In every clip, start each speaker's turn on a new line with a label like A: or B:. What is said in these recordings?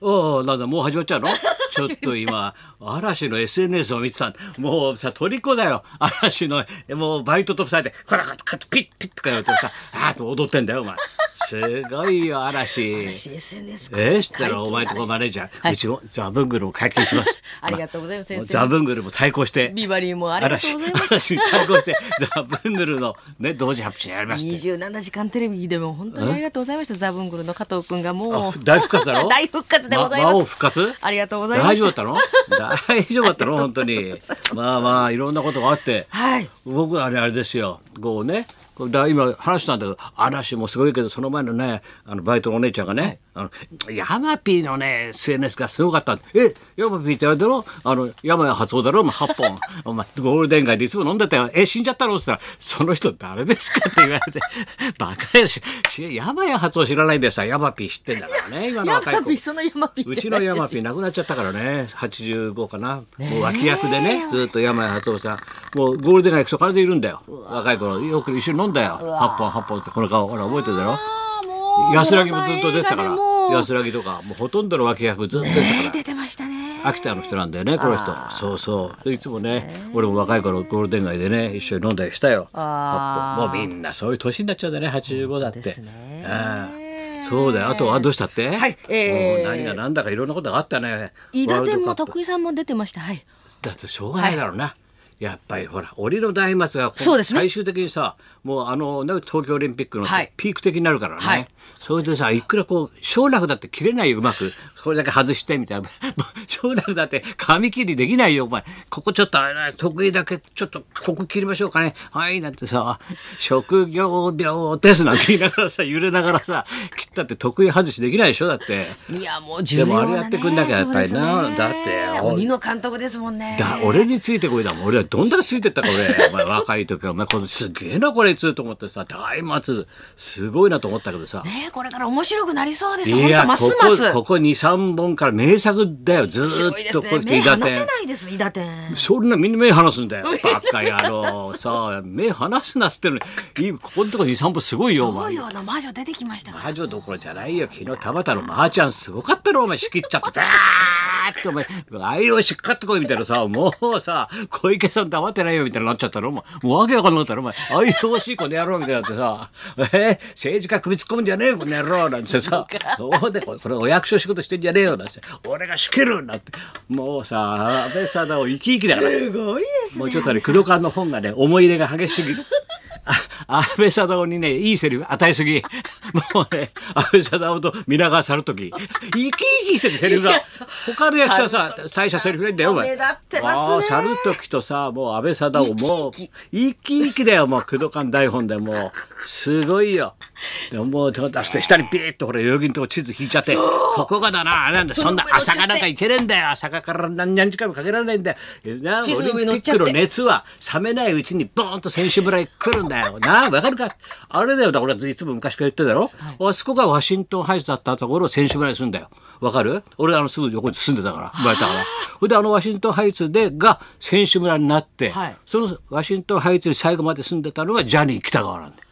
A: おおなんだもう始まっちゃう のちょっと今嵐の SNS を見てたもうさ虜だよ 嵐のもうバイトと二人でカラカラカラピッピッとかやってさあーと踊ってんだよお前すごいよ嵐
B: 私 SNS か
A: えー、したらお前とこマネージャー、うちもザブングルも解禁します
B: ありがとうございます先生
A: ザブングルも対抗して
B: ビバリーもありがとうございまし
A: 嵐
B: た
A: 嵐に 対抗してザブングルのね同時発表やりますって
B: 27時間テレビでも本当にありがとうございましたザブングルの加藤くんがもう
A: 大復活だろ
B: 大復活でございます
A: 魔王復活
B: ありがとうございま
A: 大
B: し
A: 丈
B: た
A: 夫だっ たの大丈夫だったの本当にまあまあいろんなことがあって、
B: はい
A: 僕はあれあれですよこうねこれだ今話したんだけど嵐もすごいけどその前のねあのバイトのお姉ちゃんがね、あのヤマピーのね SNS がすごかったえヤマピーってあれだろあの山や発音だろ、まあ、8本 お前ゴールデン街でいつも飲んでたよえ死んじゃったのって言ったらその人誰ですかって言われて バカやしし山や発音知らないんでさヤマピー知ってんだからね今の
B: ヤ
A: 若い
B: マ
A: 子
B: ピそのヤマピ
A: う
B: じ
A: ち
B: ゃな
A: の
B: い
A: ヤマ
B: です
A: ピ
B: よ
A: ー亡くなっちゃったからね85かな、もう脇役でねずっと山井初夫さんもうゴールデン街行くと体いるんだよ若い頃よく一緒に飲んだよ8本8本ってこの顔ほら覚えてるだろ
B: あーもう
A: 安らぎもずっと出てたか
B: こ
A: ら
B: の前映画でもう
A: 安らぎとかもうほとんどの脇役ずっと出てたから
B: えー出てましたね
A: 秋田の人なんだよねこの人そうそうでいつもね俺も若い頃ゴールデン街でね一緒に飲んだりしたよ
B: あ
A: もうみんなそういう年になっちゃうんだね85だって
B: ですね
A: うんそうだよあとはどうしたって
B: はいえー
A: もう何が何だかいろんなことがあったね
B: 伊田天も
A: ワールドカップ
B: 徳井さんも出てましたはい
A: だってしょうがないだろうな、やっぱりほら折の大松がこ
B: そうですね
A: 最終的にさもうあの、ね、東京オリンピックの
B: はい
A: ピーク的になるからね、
B: はい
A: それでさいくらこう省楽だって切れないようまくこれだけ外してみたいな 省楽だって紙切りできないよお前ここちょっとあれ得意だけちょっとここ切りましょうかねはいなんてさ職業病ですなんて言いながらさ揺れながらさ切ったって得意外しできないでしょだって。
B: いやもう重要なね
A: でもあれやってくんなきゃやっぱりな
B: そうですね
A: だって
B: 鬼の監督ですもんね
A: だ俺についてこいだもん俺はどんだけついてったか俺お前若い時はお前このすげえなこれつうと思ってさ大松すごいなと思ったけどさ
B: ねえこれから面白くなりそうです
A: い
B: 本当ま
A: こ
B: すます
A: こここ23本から名作だよずー
B: 白
A: っ
B: いです
A: と
B: ね
A: こう
B: 目
A: 伊達
B: 離せないです伊達天
A: そんなみんな目離すんだよバカ野郎さあ目離すなっつってるのにいいここのとこ23本すごいよお
B: 東
A: 前。
B: 洋の魔女出てきましたから
A: 魔女どころじゃないよ昨日田畑のマーちゃんすごかったろお前仕切っちゃってダーってお前愛をしっかってこいみたいなさもうさ小池さん黙ってないよみたいになっちゃったろお前もうわけわかんなかったろお前愛おしいこの野郎みたいになってさえ政治家首突っ込むんじゃねえよこの野郎なんてさそうでこれこれお役所仕事してんじゃねえよなんて俺が仕切るなんてもうさ安倍貞夫生き生きだから
B: すごいです
A: もうちょっとね、工藤館の本が ね、思い入れが激しすぎる。あ安倍貞夫にね、いいセリフ与えすぎ。 もうね、安倍貞夫と皆川去るとき、生き生きしてるセリフが
B: いやそう。
A: 他の役者さ
B: 去る時、さ
A: 大したセリフないんだよ、お前。
B: 目立ってますね
A: もう去るときとさ、もう安倍貞夫もう、
B: 生き
A: 生き生きだよ、もう工藤館台本でもう、すごいよ。でももう、ちょっとあそこ下にビーッとほら、代々木のとこ地図引いちゃって、ここがだな、あれなんだ、そんな朝霞なんかいけねえんだよ、朝霞から何何時間もかけられないんだよ。な
B: 地図の
A: オ
B: 上
A: リン
B: 乗
A: ピ
B: っ
A: ッ
B: ちゃっ
A: ク
B: て
A: の熱は冷めないうちにボーンと選手村へ来るんだよ。なあ、わかるかあれだよ、だから俺はいつも昔から言ってるだろ、あそこがワシントンハイツだったところを選手村に住んだよ。わかる俺あのすぐ横に住んでたから、生まれたから。それであのワシントンハイツでが選手村になって、
B: はい
A: そのワシントンハイツに最後まで住んでたのがジャニー北川なんだよ。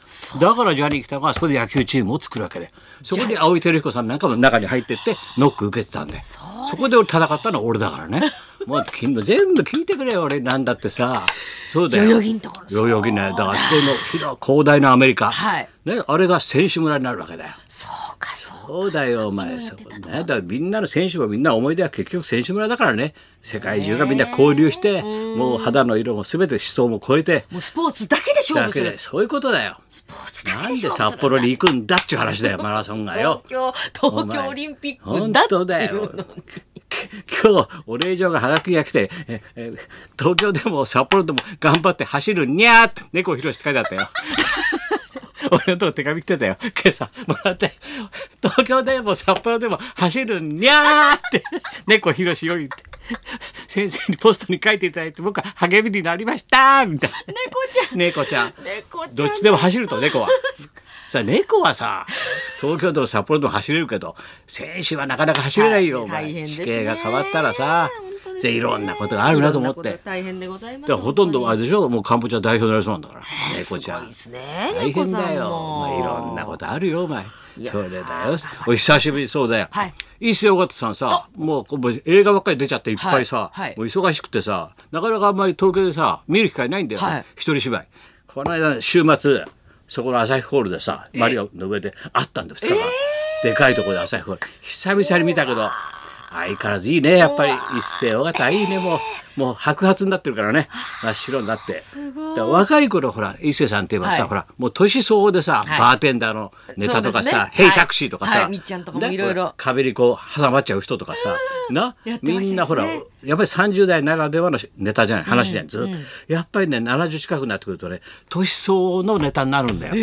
A: だからジャニー北川はそこで野球チームを作るわけでそこで青井照彦さんなんかも中に入ってってノック受けてたんでそこで俺戦ったのは俺だから ねもう君も全部聞いてくれよ俺なんだってさそうだよ
B: 代々木のところ
A: 代々木ねだからあそこの広広大なアメリカ、
B: はい
A: ね、あれが選手村になるわけだよ
B: そうかそう
A: そうだよお前そこねだからみんなの選手もみんな思い出は結局選手村だからね世界中がみんな交流してもう肌の色も全て思想も超えて
B: もうスポーツだけで勝
A: だ
B: 負
A: け
B: す
A: で
B: る
A: そういうことだよ
B: スポーツだけで
A: なん
B: 勝負す
A: で
B: る
A: 札幌に行くんだっちゅう話だよマラソンがよ
B: 東京東京オリンピックだ
A: 本
B: って
A: 当だ
B: いう
A: よ
B: の。
A: 今日お礼状がはがきが来てええ東京でも札幌でも頑張って走るにゃーって猫ひろしって書いてあったよ 俺のとこ手紙来てたよ今朝もらって東京でも札幌でも走るにゃーって猫ひろしよりって先生にポストに書いていただいて僕は励みになりましたみたいな
B: 猫ちゃん
A: 猫ちゃん
B: 猫ちゃんね
A: どっちでも走ると猫は さ猫はさ東京と札幌でも走れるけど選手はなかなか走れないよ、
B: 大変
A: お前
B: です
A: 地形
B: ね
A: が変わったらさ
B: 本当です
A: で
B: ね
A: いろんなことがあるなと思っ
B: いろんな
A: て
B: こと。大変でございます
A: だからほとんどあ
B: 本
A: れでしょもうカンボジア代表になりそうなんだから
B: 当に
A: 猫ちゃ
B: すごい
A: ん
B: ですね
A: 大
B: 猫
A: 変
B: さ
A: だ
B: ん
A: よお前い
B: も
A: ろんなことあるよお前
B: や
A: それだよお久しぶりそうだよ、
B: はい
A: 伊勢尾形さんさもうこうもう映画ばっかり出ちゃっていっぱいさ、
B: はいはい
A: もう忙しくてさなかなかあんまり東京でさ見る機会ないんだよ、
B: はい
A: 一人芝居この間週末そこの朝日ホールでさマリオの上で会ったんだよ2日間、でかいところで朝日ホール久々に見たけど相変わらずいいねやっぱり一世尾形いいねもうもう白髪になってるからね真っ白になって
B: すごい
A: だから若い頃ほら伊勢さんって言えばさ、
B: はい
A: ほらもう年相応でさ、
B: はい
A: バーテンダーのネタとか
B: そう
A: さ、
B: ですね
A: ヘイタクシーとかさ、
B: はいはいみっちゃんとかも
A: ね
B: いろいろ
A: ほら壁にこう挟まっちゃう人とかさ、な、
B: やって
A: み
B: ましたですね
A: んなほらやっぱり30代ならではのネタじゃない話じゃない、ずっと、やっぱりね70近くなってくるとね年相応のネタになるんだよ、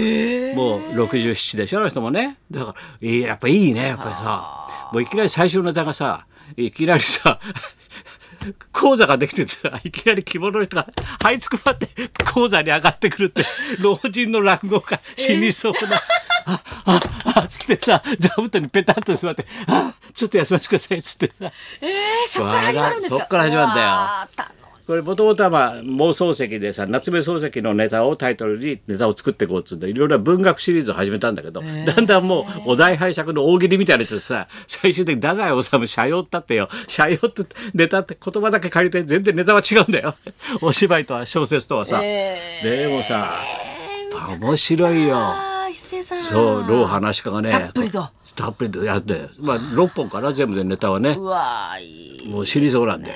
A: もう67でしょあの人もねだからいいやっぱいいねやっぱりさもういきなり最初のネタがさいきなりさ講座ができててさいきなり着物の人が這いつくばって講座に上がってくるって老人の落語家死にそうな。あああつってさ座布団にペタッと座って「あちょっと休ませてください」っつってさ
B: えーそこから始まるんですか
A: そっから始まるんだよ
B: わー楽し
A: これもともとはまあ妄想石でさ夏目漱石のネタをタイトルにネタを作っていこうっつうんでいろいろ文学シリーズを始めたんだけど、だんだんもうお題拝借の大喜利みたいなやつでさ最終的に太宰治斜陽ったってよ斜陽ってネタって言葉だけ借りて全然ネタは違うんだよ お芝居とは小説とはさ、
B: え
A: でもさ面白いよ。
B: あー伊勢さん
A: そう、老話家がね。
B: たっぷりと。
A: たっぷりとやって、まあ、六本かな、全部でネタはね
B: う。わーいい
A: もう死にそうなんで、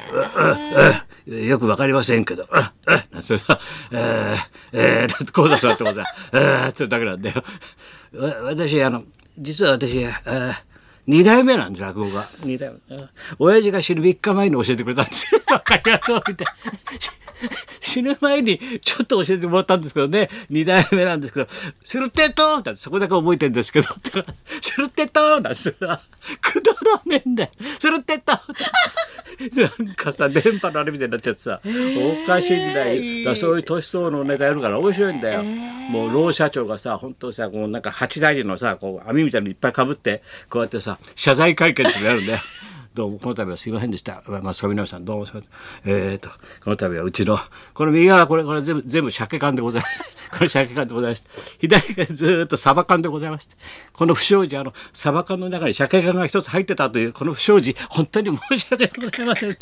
A: うううよくわかりませんけど、ううなんつってさ、えー、えー、なんて講座座ってもさ、えー、つってだけなんだよ。わ私、あの、実は私、えー二代目なんです、落語が。二代目。うん親父が死ぬ三日前に教えてくれたんですよ。わかりがとう、みたいな。 死ぬ前にちょっと教えてもらったんですけどね2代目なんですけど「スルテトー」なんてそこだけ覚えてるんですけどって 「スルテトー」なんてさ くだらねえんだよ「スルテトー」 なんかさ電波のあれみたいになっちゃってさおかしいんだよだからそういう年相応のネタやるから面白いんだよ、もう老社長がさ本当さこうなんか八大臣のさこう網みたいにいっぱいかぶってこうやってさ謝罪会見ってのやるんだよ。 どうもこの度はすいませんでした。まあマスコミの皆さんどうもすいません。えー、とこの度はうちのこの右側これこれ全部全部鮭缶でございます。 これ鮭缶でございます。左がずーっとサバ缶でございます。この不祥事あのサバ缶の中に鮭缶が一つ入ってたというこの不祥事本当に申し訳ございません。延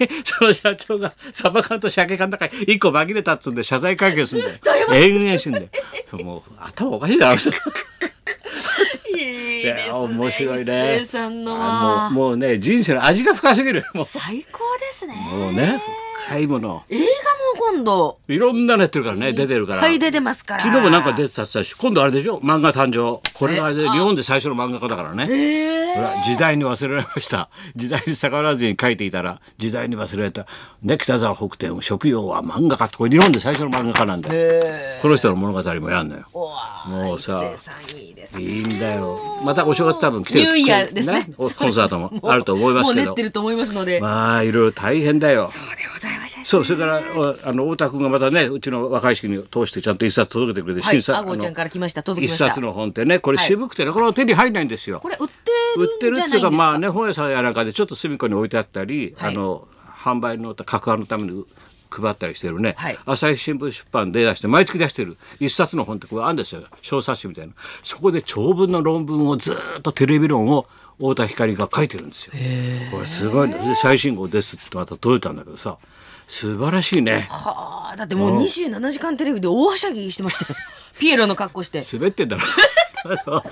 A: 々その社長がサバ缶と鮭缶の中に一個紛れたっつうんで謝罪会見するんだよ。延々すんだよ。もう頭おかしいだろあの人。
B: いい
A: い
B: で
A: や
B: すね
A: 面白いね
B: 伊勢さんの
A: あ
B: は
A: もうもうね人生の味が深すぎるも
B: 最高ですね
A: うもうね深いもの
B: 映画も今度
A: いろんなのやってるからね出てるから
B: はい出てますから
A: 昨日もなんか出てたって言ってたし今度あれでしょ漫画誕生これがあれで日本で最初の漫画家だからね
B: え
A: ほ
B: ー
A: ら時代に忘れられました時代に逆らわずに書いていたら時代に忘れた、ね、北沢北天職業は漫画家ってこれ日本で最初の漫画家なんだよこの人の物語もやんのよ
B: うわー
A: もうさ
B: 伊勢さんいいですね
A: いいんだよまたお正月多分来てる
B: ニューイヤーですね
A: おコンサートもあると思いますけ
B: もう練
A: ど
B: ってると思いますので、
A: まあいろいろ大変だよ
B: そうでございましたね
A: そう、それから、おあの、太田君がまたね、うちの若い式に通して、ちゃんと一冊届けてくれて、
B: はい
A: 審査
B: あごうちゃんから来ました届きました
A: 一冊の本ってね、これ
B: はい
A: 渋くてね、これは手に入らないんですよ。
B: これ売っ
A: 売って
B: てるん
A: る
B: じ
A: っ
B: ゃ
A: て
B: ないいうん
A: か、
B: ですか
A: まあね、本屋さんやなんかで、ちょっと隅っこに置いてあったり、
B: はい
A: あの、販売の格販のために。配ったりしてるね、
B: はい
A: 朝日新聞出版で出して毎月出してる一冊の本ってこれあるんですよ小冊子みたいなそこで長文の論文をずーっとテレビ論を太田光が書いてるんですよ。これすごいんですで最新号ですっつってまた届いたんだけどさ素晴らしいね。
B: はあだってもう27時間テレビで大はしゃぎしてましたよピエロの格好して
A: 滑ってんだろ あの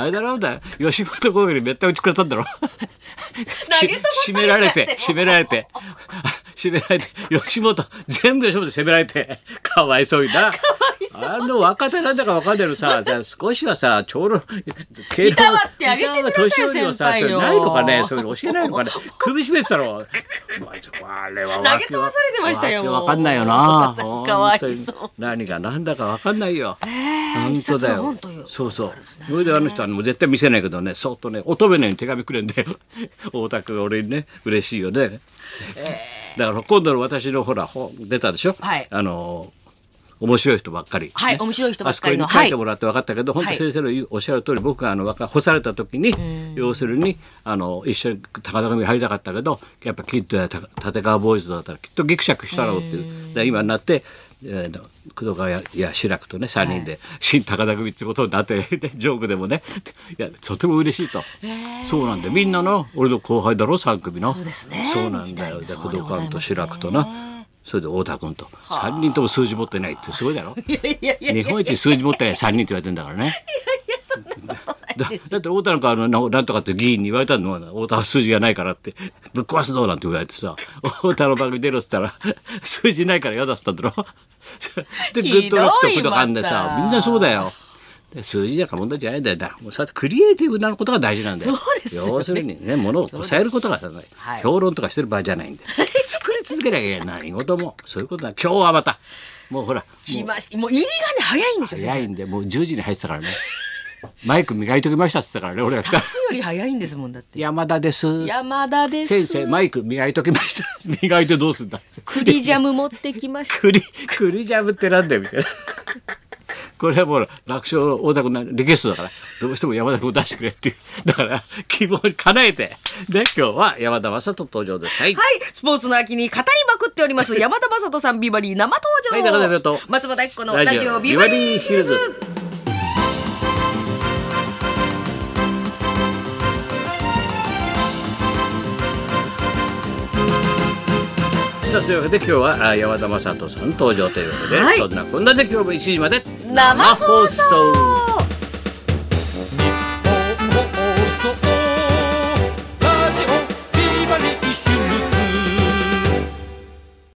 A: あれだろだ吉本興業にめった打ちくれたんだろ
B: 投げ飛ばされちゃって
A: し締められて締められて 締められて吉本全部吉本攻められてかわいそうになあの若手なんだかわかんないの さじゃあ少しはさ長老敬
B: いたわってあげてください
A: いたわ年寄りをさ
B: 先輩
A: それ
B: よ
A: ないのかねそういうの教えないのかね 首絞めてたろあれは
B: 投げ飛ばされてましたよ
A: わけわかんないよ
B: お
A: な
B: 父さんかわいそう
A: 本当に何が何だかわかんないよ本
B: 一
A: 当
B: 冊
A: だ
B: の
A: よ
B: 本という。
A: そうそう。それであの人はもう絶対見せないけどね、そっとね、乙女のように手紙くれんだよ。 大田君俺にね、嬉しいよね。だから今度の私のほら、本出たでしょ。
B: はい
A: あの、面白い人ばっかり。
B: はい
A: ね
B: 面白い人ばっかりの
A: あそこに書いてもらって分かったけど、
B: はい
A: 本当先生の言うおっしゃる通り、僕があの若干干された時に、要するにあの一緒に高田組入りたかったけど、やっぱキッドやた立川ボーイズだったらきっとギクシャクしたろうっていう。で今になって。えー工藤川やや志らくとね3人で新高田組ってことになって、 でジョークでもねいやとても嬉しいと、そうなんでみんなの俺の後輩だろ3組の
B: そうですね
A: そうなんだよ
B: 日大
A: で
B: そ
A: 工
B: うで
A: 藤
B: ございます
A: 川と志
B: ね
A: らくとなそれで太田君と3人とも数字持ってないってすごいだろ
B: いやいやいやい
A: 日
B: や
A: 本一数字持ってない3人って言われてんだからね
B: そんなことない
A: だだって太田なんかあのななんとかって議員に言われたのは太田は数字がないからって ぶっ壊すぞなんて言われてさ 太田の番組出ろっつったら 数字ないから嫌だっつったんだろ で
B: ひ
A: グ
B: どい
A: ッドラックとクドカンでさ
B: また
A: みんなそうだよで数字なんか問題じゃないんだよだもうそうやってクリエイティブなことが大事なんだよ
B: そうですよね
A: 要するにねものをこさえることがさ、
B: はい
A: 評論とかしてる場合じゃないんで作り続けなきゃいけない何事もそういうことだ今日はまたもうほら
B: 来ましたもう入りがね早いんですよ
A: 早いんでもう10時に入ってたからね マイク磨いときましたって言ったからね俺が来
B: 先生
A: た
B: タ
A: ら
B: フより早いんですもんだって
A: 山田です
B: 山田です
A: 先生マイク磨いときました 磨いてどうすんだ
B: 栗ジャム持ってきました
A: 栗栗ジャムってなんだよみたいなこれはもう楽勝大田君のリクエストだからどうしても山田君を出してくれっていうだから希望に叶えてで今日は山田正人登場ですはい、
B: はい、スポーツの秋に語りまくっております山田雅人さんビバリー生
A: は
B: 登
A: い中
B: 場、
A: 田美穂と
B: 松本明子のラジオビバリー
A: ーヒルズさあそういうわけで今日はあ山田雅人さん登場というわけで、
B: はい
A: そんなこんなで今日も1時まで
B: 生放送